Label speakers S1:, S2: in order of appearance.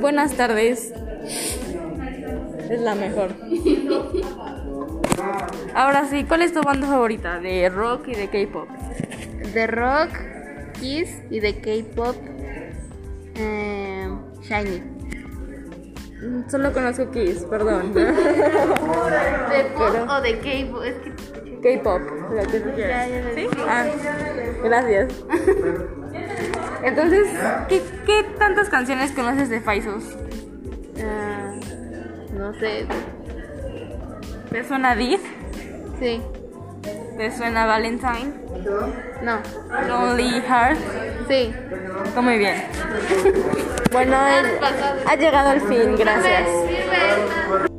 S1: Buenas tardes. Es la mejor. Ahora sí, ¿cuál es tu banda favorita? ¿De rock y de K-pop?
S2: De rock, Kiss y de K-pop, eh, Shiny.
S1: Mm, Solo conozco Kiss, perdón.
S2: ¿De pop
S1: Pero-
S2: o de K-pop? Es que.
S1: K-pop, lo que tú quieras.
S2: Ya, ya lo
S1: ¿Sí?
S2: dije.
S1: Ah, gracias. Entonces, ¿qué, qué tantas canciones conoces de Faisos?
S2: ah, no sé.
S1: ¿Te suena Div?
S2: Sí.
S1: ¿Te suena Valentine?
S2: No.
S1: Lonely Heart?
S2: Sí.
S1: Muy bien. Bueno, el- ha llegado al fin, gracias.
S2: Sirve.